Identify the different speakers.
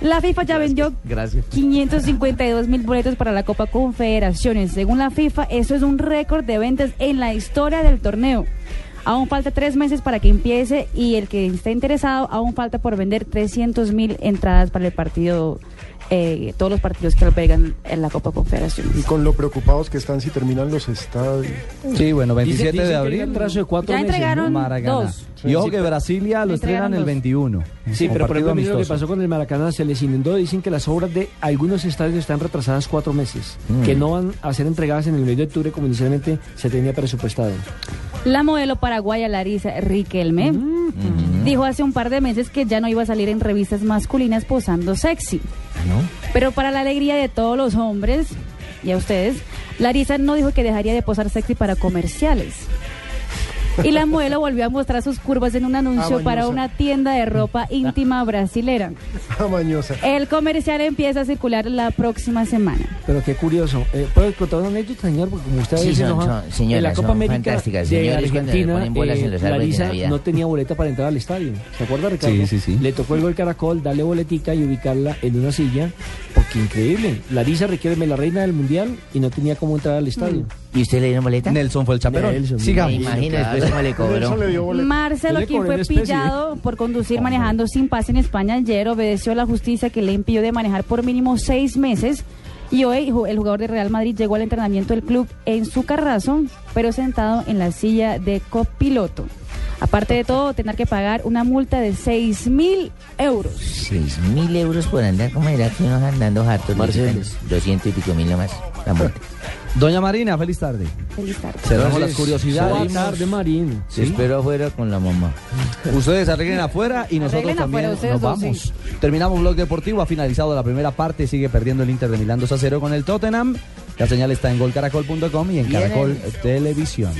Speaker 1: La FIFA ya vendió 552 mil boletos para la Copa Confederaciones. Según la FIFA, eso es un récord de ventas en la historia del torneo. Aún falta tres meses para que empiece y el que está interesado aún falta por vender 300 mil entradas para el partido, eh, todos los partidos que lo pegan en la Copa Confederaciones.
Speaker 2: Y con lo preocupados que están si terminan los estadios.
Speaker 3: Sí, bueno, 27
Speaker 4: Dicen- dicen
Speaker 3: de
Speaker 4: que
Speaker 3: abril.
Speaker 4: hay un atraso de cuatro
Speaker 1: Ya
Speaker 4: meses,
Speaker 1: entregaron
Speaker 4: ¿no?
Speaker 3: Maracaná.
Speaker 1: dos.
Speaker 3: Y ojo que Brasilia lo
Speaker 1: Le entregaron
Speaker 3: estrenan el
Speaker 1: dos.
Speaker 3: 21.
Speaker 4: Sí,
Speaker 3: con
Speaker 4: pero
Speaker 3: partido
Speaker 4: por ejemplo, mira lo que
Speaker 3: amistoso.
Speaker 4: pasó con el Maracaná, se les inundó. Dicen que las obras de algunos estadios están retrasadas cuatro meses,
Speaker 5: Mm.
Speaker 4: que no van a ser entregadas en el mes de octubre como inicialmente se tenía presupuestado.
Speaker 1: La modelo paraguaya Larisa Riquelme dijo hace un par de meses que ya no iba a salir en revistas masculinas posando sexy. Pero para la alegría de todos los hombres y a ustedes, Larisa no dijo que dejaría de posar sexy para comerciales. Y la modelo volvió a mostrar sus curvas en un anuncio para
Speaker 2: mañosa.
Speaker 1: una tienda de ropa íntima brasilera.
Speaker 2: Ah, Amañosa.
Speaker 1: El comercial empieza a circular la próxima semana.
Speaker 4: Pero qué curioso. Eh, ¿Puedo contar una anécdota, señor? Porque como usted a
Speaker 5: Sí,
Speaker 4: veces
Speaker 5: son-
Speaker 4: enoja,
Speaker 5: son- señoras,
Speaker 4: en la Copa
Speaker 5: son
Speaker 4: América
Speaker 5: fantásticas.
Speaker 4: de
Speaker 5: Señores, cuando le
Speaker 4: Argentina,
Speaker 5: ponen bolas
Speaker 4: eh,
Speaker 5: en los árboles de
Speaker 4: Larisa
Speaker 5: Navidad.
Speaker 4: no tenía boleta para entrar al estadio. ¿Se acuerda, Ricardo?
Speaker 3: Sí, sí, sí.
Speaker 4: Le tocó el gol Caracol, darle boletica y ubicarla en una silla, porque increíble. Larisa requiere la reina del Mundial y no tenía cómo entrar al estadio.
Speaker 5: ¿Y usted le dio boleta?
Speaker 3: Nelson fue el chaperón.
Speaker 4: Nelson,
Speaker 5: Me
Speaker 3: Sigamos.
Speaker 5: imagino después cómo le
Speaker 2: Nelson le
Speaker 5: cobró.
Speaker 2: dio boleto.
Speaker 1: Marcelo,
Speaker 4: Yo le
Speaker 1: quien
Speaker 4: cobré
Speaker 1: fue
Speaker 4: en especie.
Speaker 1: pillado por conducir manejando sin pase en España ayer, obedeció a la justicia que le impidió de manejar por mínimo seis meses. Y hoy ju- el jugador de Real Madrid llegó al entrenamiento del club en su carrazo, pero sentado en la silla de copiloto. Aparte de todo, tener que pagar una multa de seis mil euros.
Speaker 5: Seis mil euros por andar. ¿Cómo era que unos andando hartos?
Speaker 4: Marcelo.
Speaker 5: Doscientos y pico mil nomás. La muerte.
Speaker 3: Doña Marina, feliz tarde.
Speaker 1: Feliz tarde.
Speaker 3: Cerramos las
Speaker 4: Buenas
Speaker 3: curiosidades.
Speaker 4: tardes, Marín.
Speaker 5: Se esperó afuera con la mamá.
Speaker 3: Ustedes arreglen afuera y nosotros
Speaker 1: Arreglen
Speaker 3: también
Speaker 1: afuera, ustedes
Speaker 3: nos
Speaker 1: dos,
Speaker 3: vamos. Terminamos Blog Deportivo, ha finalizado la primera parte, sigue perdiendo el Inter de Milán 2 a 0 con el Tottenham. La señal está en golcaracol.com y en Caracol Televisión.